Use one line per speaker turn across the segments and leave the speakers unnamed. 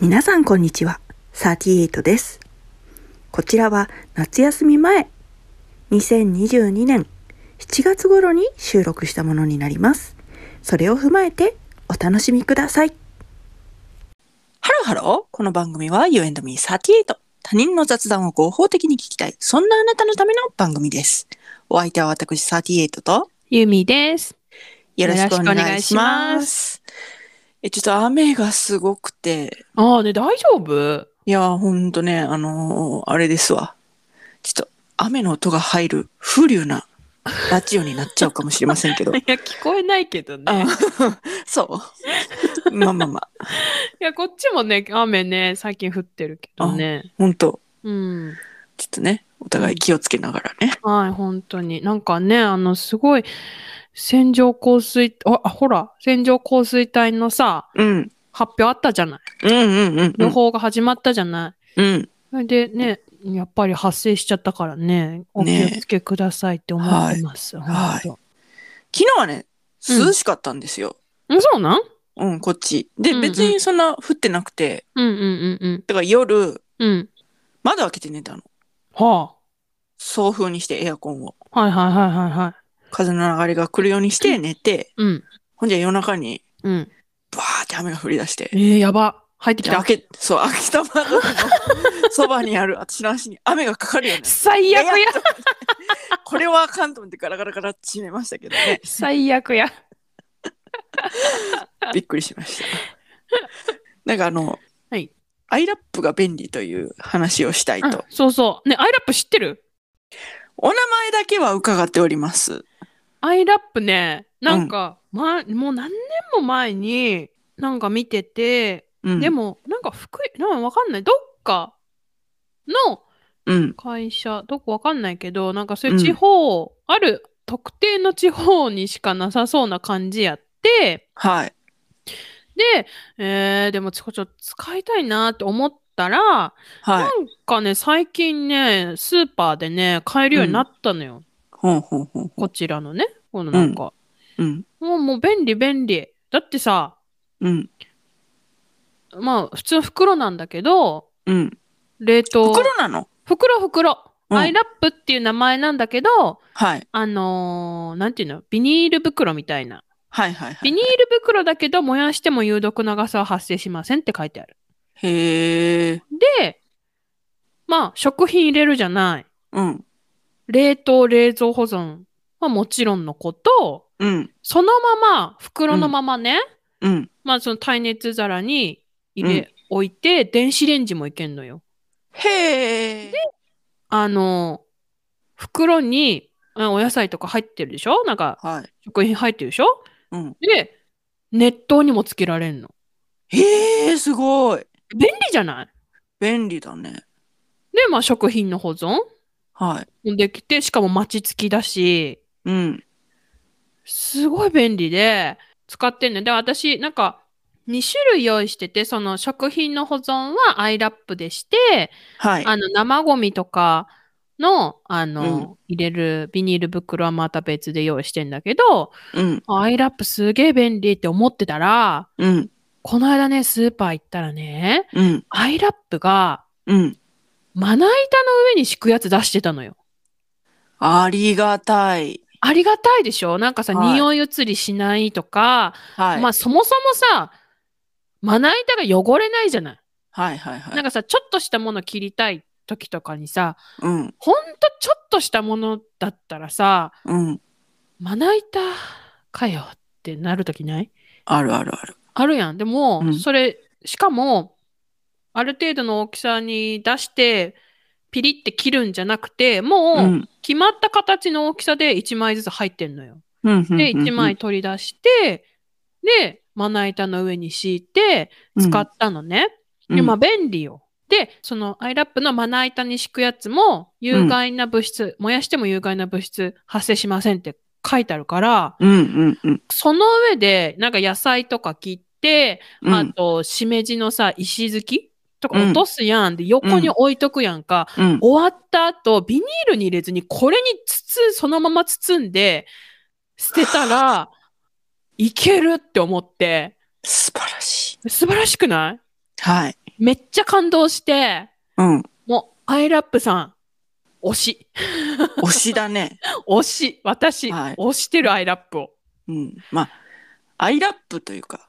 皆さんこんにちは。38です。こちらは夏休み前、2022年7月頃に収録したものになります。それを踏まえてお楽しみください。ハローハロー。この番組は You and me38。他人の雑談を合法的に聞きたい。そんなあなたのための番組です。お相手は私38と
ユミです。
よろしくお願いします。え、ちょっと雨がすごくて。
ああね、大丈夫
いや、ほんとね、あのー、あれですわ。ちょっと雨の音が入る風流なラジオになっちゃうかもしれませんけ ど。
いや、聞こえないけどね。
そう。まあまあまあ。
いや、こっちもね、雨ね、最近降ってるけどね。
ほんと。
うん。
ちょっとね、お互い気をつけながらね。
うん、はい、本当に。なんかね、あの、すごい、線状降水、あ、ほら、線状降水帯のさ、
うん、
発表あったじゃない。
うんうんうん、。
予報が始まったじゃない
うん。
それでね、やっぱり発生しちゃったからね、お気をつけくださいって思ってます。ね、
はい。昨日はね、涼しかったんですよ。
うん、そうなん
うん、こっち。で、うんうん、別にそんな降ってなくて。
うんうんうんうん。
だから夜、
うん、
窓開けて寝たの。
はあ。
送風にしてエアコンを。
はいはいはいはいはい。
風の流れが来るようにして寝て、
うん、
ほんじゃ夜中に、
うん、
バーって雨が降り出して。
えー、やば。入ってきた。
開け、そう、秋田窓 のそばにある私の足に雨がかかるよね。
最悪や。
これはあかんと思ってガラガラガラ閉めましたけど ね。
最悪や。
びっくりしました。なんかあの、
はい、
アイラップが便利という話をしたいと。
そうそう。ね、アイラップ知ってる
お名前だけは伺っております。
アイラップね、なんか、うん、ま、もう何年も前に、なんか見てて、うん、でも、なんか福井、なんかわかんない。どっかの会社、うん、どこわかんないけど、なんかそういう地方、ある特定の地方にしかなさそうな感じやって、
はい。
で、えー、でもちょっと使いたいなって思って、たら、はい、なんかね最近ねスーパーでね買えるようになったのよ、
うん、こ
ちらのねこのなんか、
うん、
もうもう便利便利だってさ、
うん、
まあ普通袋なんだけど、
うん、
冷凍
袋なの
袋袋、うん、アイラップっていう名前なんだけど、
はい、
あのー、なんていうのビニール袋みたいな、
はいはいはいはい、
ビニール袋だけど燃やしても有毒長さは発生しませんって書いてある
へえ。
で、まあ、食品入れるじゃない。
うん。
冷凍、冷蔵保存はもちろんのこと、
うん、
そのまま、袋のままね、
うん、
まあ、その耐熱皿に入れ、うん、置いて、電子レンジもいけんのよ。
へえ。で、
あの、袋に、お野菜とか入ってるでしょなんか、
はい、
食品入ってるでしょ、
うん、
で、熱湯にもつけられんの。
へえ、すごい。
便利じゃない
便利だね。
で、まあ食品の保存。
はい
できて、しかも待ちつきだし、
うん。
すごい便利で、使ってんね。で、私、なんか、2種類用意してて、その食品の保存はアイラップでして、
はい。
あの、生ゴミとかの、あの、うん、入れるビニール袋はまた別で用意してんだけど、
うん。
アイラップすげえ便利って思ってたら、
うん。
この間ね、スーパー行ったらね、
うん、
アイラップが、
うん、
まな板の上に敷くやつ出してたのよ。
ありがたい。
ありがたいでしょなんかさ、はい、匂い移りしないとか、
はい、
まあそもそもさ、まな板が汚れないじゃない。
はいはいはい。
なんかさ、ちょっとしたもの切りたい時とかにさ、
うん、
ほんとちょっとしたものだったらさ、
うん、
まな板かよってなる時ない
あるあるある。
あるやん。でも、うん、それ、しかも、ある程度の大きさに出して、ピリって切るんじゃなくて、もう、決まった形の大きさで1枚ずつ入ってんのよ。
うん、
で、1枚取り出して、うん、で、まな板の上に敷いて、使ったのね。で、まあ、便利よ。で、そのアイラップのまな板に敷くやつも、有害な物質、燃やしても有害な物質発生しませんって書いてあるから、
うんうんうん、
その上で、なんか野菜とか切って、っあと、しめじのさ、石づきとか落とすやんで、横に置いとくやんか、
うんうん、
終わった後、ビニールに入れずに、これに包、そのまま包んで、捨てたら、いけるって思って。
素晴らしい。
素晴らしくない
はい。
めっちゃ感動して、
うん。
もう、アイラップさん、推し。
推しだね。
推し。私、
はい
推してるアイラップを。
うん。まあ、アイラップというか、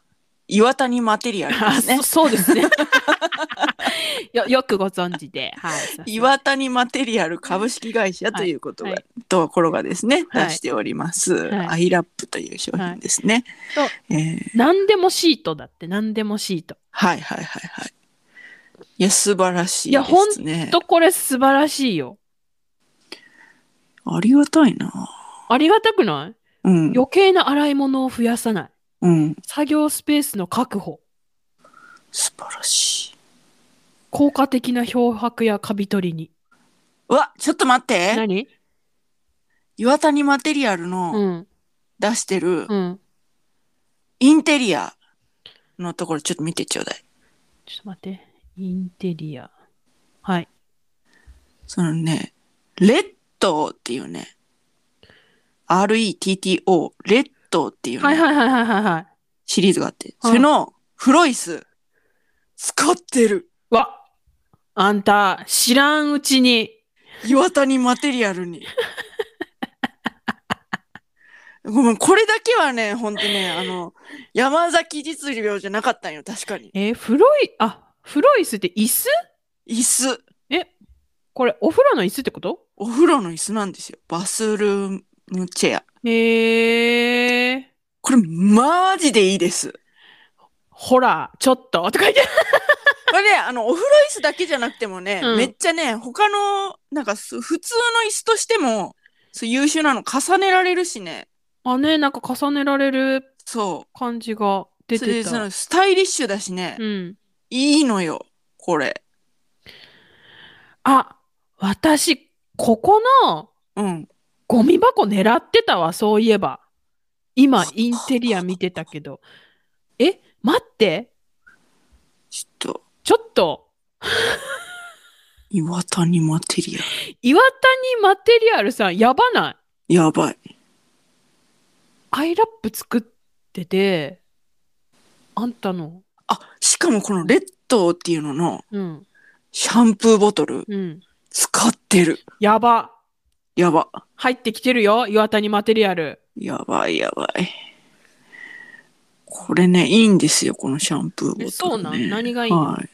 岩谷マテリアル
あ
ですね
そ。そうですね よ。よくご存知で。はい。
岩谷マテリアル株式会社ということが、
はい
ところがですね、
はい
出しております、
はい
アイラップという商品ですね。
は
はいいえ
と、
ー
何でもシートだって、何でもシート。
はいはいはいはい。いや素晴らしい
いや
ですね。
と、これ素晴らしいよ。
ありがたいな。
ありがたくない
うん。
余計な洗い物を増やさない。
うん。
作業スペースの確保。
素晴らしい。
効果的な漂白やカビ取りに。
うわ、ちょっと待って。
何
岩谷マテリアル
う
の
ん。
出してる
うん。
インテリアのところちょっと見てちょうだい。
ちょっと待って。インテリア。はい。
そのね、レッドっていうね、RETTO、レッドっていうね、
はいはいはいはいはいはい。
シリーズがあって、
はい
それのフロイス、使ってる。
わあんた、知らんうちに。
岩谷マテリアルに。 ごめん、これだけはね、ほんとね、あの、山崎実利病じゃなかったんよ、確かに。
えー、フロイ、あ、フロイスって椅子
椅子。
これ、お風呂の椅子ってこと
お風呂の椅子なんですよ。バスルームチェア。
へえ。
これ、マジでいいです。
ほら、ちょっと、とか言って。
これね、あの、お風呂椅子だけじゃなくてもね、
うん
めっちゃね、他の、なんかす、普通の椅子としても、そう優秀なの重ねられるしね。
あ、ね、なんか重ねられる
そ
感じが
う。
出
それ
て
で、そ
た
の、。スタイリッシュだしね、
うん。
いいのよ、これ。
あ、私、ここの
うん。
ゴミ箱狙ってたわ、そういえば。今、インテリア見てたけど。え、待って、
ちょっと、
ちょっと。
岩谷マテリアル。
岩谷マテリアルさん、やばない。
やばい。
アイラップ作ってて、あんたの、
あ、しかもこのレッドっていうのの、
うん、
シャンプーボトル、
うん。
使ってる。
やば。
やば。
入ってきてるよ、岩谷マテリアル。
やばいやばい。これね、いいんですよ、このシャンプーボトル、
え
ね。
そうなん何がいいの
はい。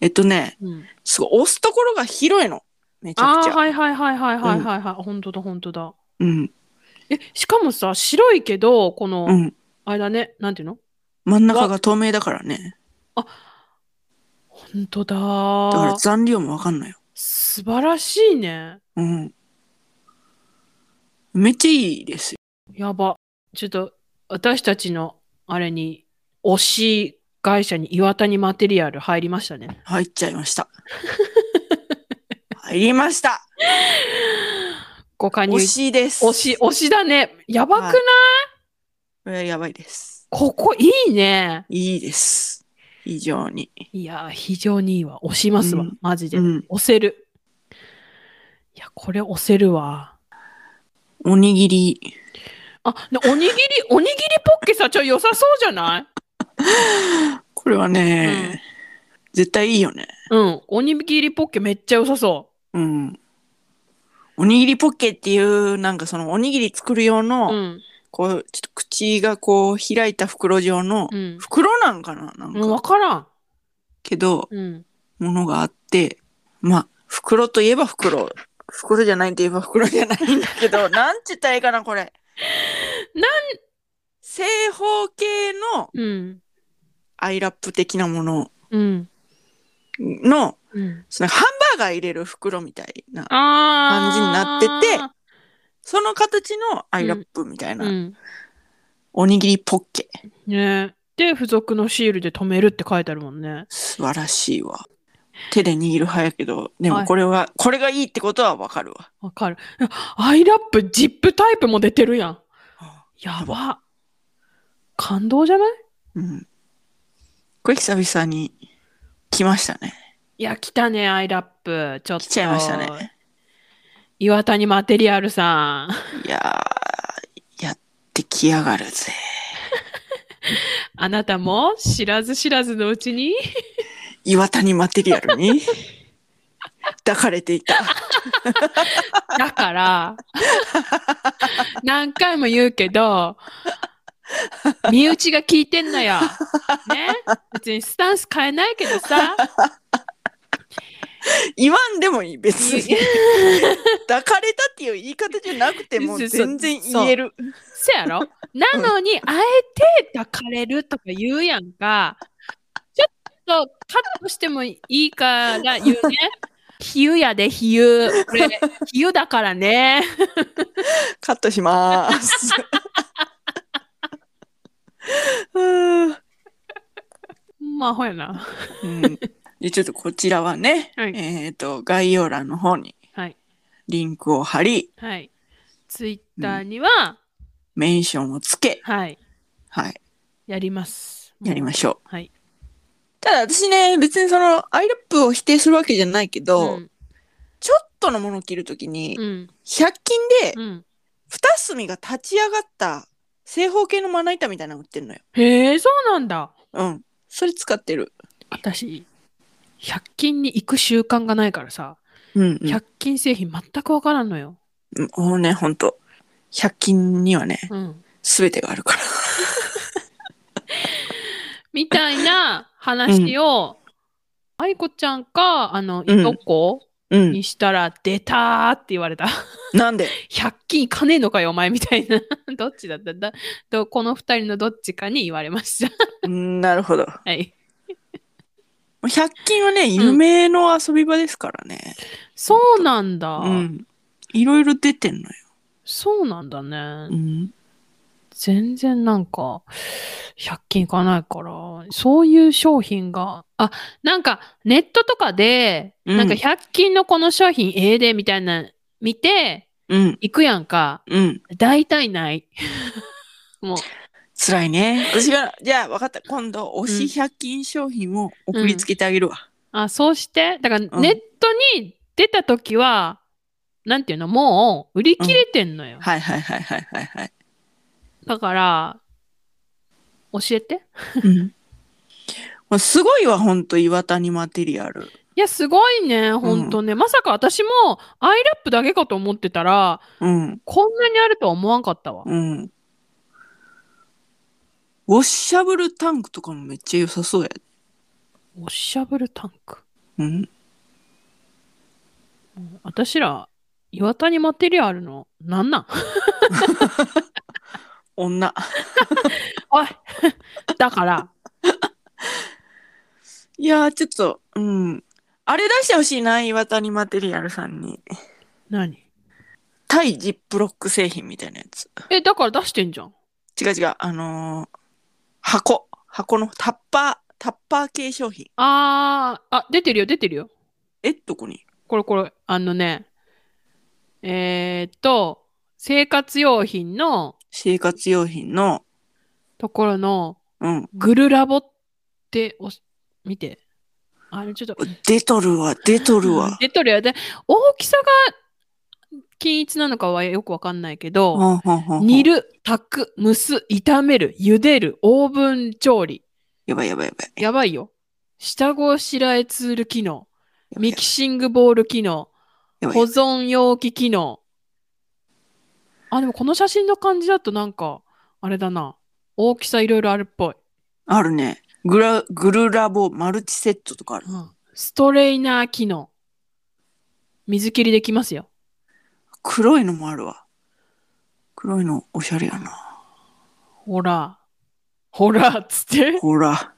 えっとね、
うん、
すごい、押すところが広いの。めちゃ
あ
く
あ
ち
ー、
ゃ。
はいはいはいはいはいはい、はい本当だ本当だ。
うん、
え、しかもさ、白いけど、この、
うん。
あれだね、なんていうの
真ん中が透明だからね。
本当
だから
だ。
残量もわかんないよ。
素晴らしいね。
うん。めっちゃいいですよ。
やば。ちょっと、私たちの、あれに、推し会社に岩谷マテリアル入りまし たね。
入っちゃいました。入りました
ご加入
推しです。
推し、推しだね。やばくない、
はいこれはやばいです。
ここいいね。
いいです。非常に。
いやー、非常にいいわ。推しますわ。
うん
マジで。
うん。
押せる。いや、これ押せるわ。
おにぎり
あ、でおにぎり、 おにぎりポッケさ、ちょ、良さそうじゃない
これはね、
うん
絶対いいよね。
うん。おにぎりポッケめっちゃ良さそ
うん。おにぎりポッケっていう、なんかそのおにぎり作る用
う。
の、
うん。
こう、ちょっと口がこう開いた袋状の、
うん。
袋なんかななん
うん、わ
か。
からん。
けど、
うん。
ものがあって、まあ、袋といえば袋。袋じゃないといえば袋じゃないんだけ ど、なんちったらいいかな、これ。
なん
正方形の
うん。
アイラップ的なもの
うん。
の、
うん。
そのハンバーガー入れる袋みたいな
あー。
感じになっててその形のアイラップみたいな、
うん。
おにぎりポッケ。
ねで、付属のシールで止めるって書いてあるもんね。
素晴らしいわ。手で握る派やけど、で
は
も
い
これは、これがいいってことはわかるわ。
わかる。アイラップ、ジップタイプも出てるやん。やば。感動じゃない
うん。これ久々に来ましたね。
いや、来たね、アイラップ。ちょっと。
来ちゃいました。ね。
岩谷マテリアルさん。
いやー、やってきやがるぜ。
あなたも知らず知らずのうちに
岩谷マテリアル に抱かれていた。
だから、何回も言うけど、身内が聞いてんのよ。ね別にスタンス変えないけどさ。
言わんでもいい、別に
言。
抱かれたっていう言い方じゃなくても、
そう
全然言える。
せやろなのに、あえて抱かれるとか言うやんか。ちょっとカットしてもいいから言うね。比喩やで、比喩。これ、比喩だからね。
カットし ます。うん
まあ、ほやな。
うんでちょっとこちらはね、
はい
えっ、と、概要欄の方に
はい。
リンクを貼り、
はい。ツイッターには、
メンションをつけ、
はい。
はい、
やります。
やりましょう。
はい。
ただ私ね、別にその、アイラップを否定するわけじゃないけど、
うん
ちょっとのものを着るときに、
うん。
100均で、
うん。
二隅が立ち上がった正方形のまな板みたいなの売ってるのよ。
へえ、そうなんだ。
うん。それ使ってる。
私、100均に行く習慣がないからさ、
うん、うん。
100均製品全くわからんのよ。
もうね、ほんと。100均にはね、
うん。
すべてがあるから。
みたいな話を、愛子ちゃんか、あの、
うん
いとこ
うん。
にしたら、出たーって言われた。
なんで
100均行かねえのかよ、お前みたいな。 どっちだっただどこの二人のどっちかに言われました。
うんなるほど。
はい。
100均はね、夢の遊び場ですからね。
そうなんだ。
うん。いろいろ出てんのよ。
そうなんだね。
うん。
全然なんか、100均いかないから、そういう商品が、あ、なんかネットとかで、
うん
なんか100均のこの商品ええでみたいな、見て、
うん。
行くやんか。
うん。
大体ない。 もう、
辛いね。私が、じゃあ分かった。今度、推し100均商品を送りつけてあげるわ。
あ、そうして、だから
うん
ネットに出た時は、なんていうの、もう売り切れてんのよ。
はいはいはいはいはいはい。
だから、教えて。
うん。もうすごいわ、ほんと、岩谷マテリアル。
いや、すごいね、ほんとね。まさか私も、アイラップだけかと思ってたら、
うん。
こんなにあるとは思わんかったわ。
うん。ウォッシャブルタンクとかもめっちゃ良さそうや。
ウォッシャブルタンク。
うん。
私ら、岩谷マテリアルの、なんなん
女。
おい だから、
いやー、ちょっと、うん。あれ出してほしいな、岩谷マテリアルさんに。
何
対ジップロック製品みたいなやつ。
え、だから出してんじゃん。
違う違う、あのー箱。箱のタッパー、タッパー系商品。
あー、あ、出てるよ、出てるよ。
え、どこに
これこれ、あのね、えー、っと、生活用品の
生活用品の、
ところの、
うん。
グルラボっておし、見て。あれ、ちょっと、
出とるわ、出とるわ。
出とるやで、大きさが均一なのかはよくわかんないけど、
ほんほんほんほん
煮る、炊く、蒸す、炒める、茹でる、オーブン調理。
やばいやばいやばい。
やばいよ。下ごしらえツール機能、
やばい
ミキシングボール機能、
やばい
保存容器機能。あ、でもこの写真の感じだとなんか、あれだな。大きさいろいろあるっぽい。
あるね。グラ、グルラボマルチセットとかある。
うんストレイナー機能。水切りできますよ。
黒いのもあるわ。黒いのおしゃれやな。
ほら。ほらっつって。
ほら、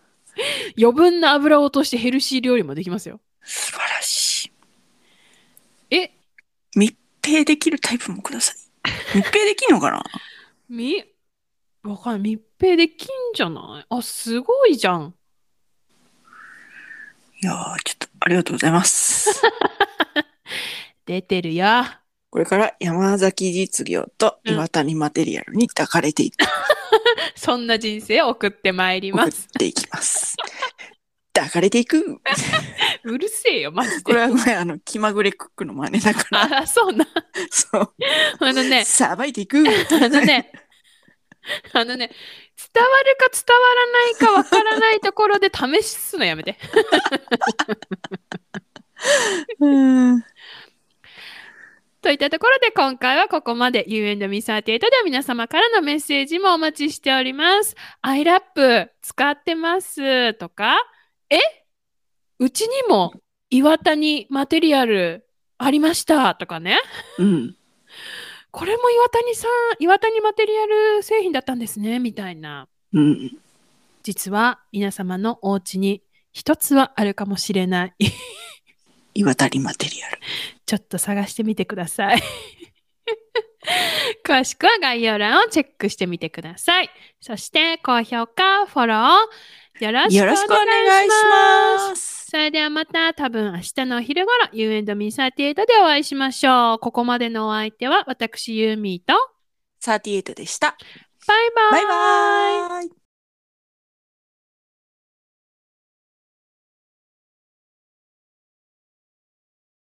余分な油を落としてヘルシー料理もできますよ。
素晴らし
え、
い。密閉できるタイプもください。密閉できんのかな
み、わかんない。密閉できんじゃないあ、すごいじゃん。
いやー、ちょっとありがとうございます。
出てるよ。
これから山崎実業と岩谷マテリアルに抱かれていって
そんな人生を送ってまいり
送
ま
っ
す。
ていき ます。抱かれていく。
うるせえよ、マジで。
これはごめん、あの、気まぐれクックの真似だから。
あ、そうな。
そう。
あのね、
さばいていく。
あのね、あのね、伝わるか伝わらないかわからないところで試しすのやめて。
うん。
といったところで今回はここまで U&Me38 では皆様からのメッセージもお待ちしております。アイラップ使ってますとか、えうちにも岩谷マテリアルありましたとかね。
うん。
これも岩谷さん、岩谷マテリアル製品だったんですね、みたいな。
うん。
実は皆様のお家に一つはあるかもしれない。
岩谷マテリアル。
ちょっと探してみてください。 詳しくは概要欄をチェックしてみてください。そして、高評価、フォロー、よろしく
よ
お願
ろ
い
しく
し
お
ま
願い
す。
します。
それではまた多分明日のお昼頃 You and me38 でお会いしましょう。ここまでのお相手は私ユーミーと
38でした。
バイバイ。
バイバイ。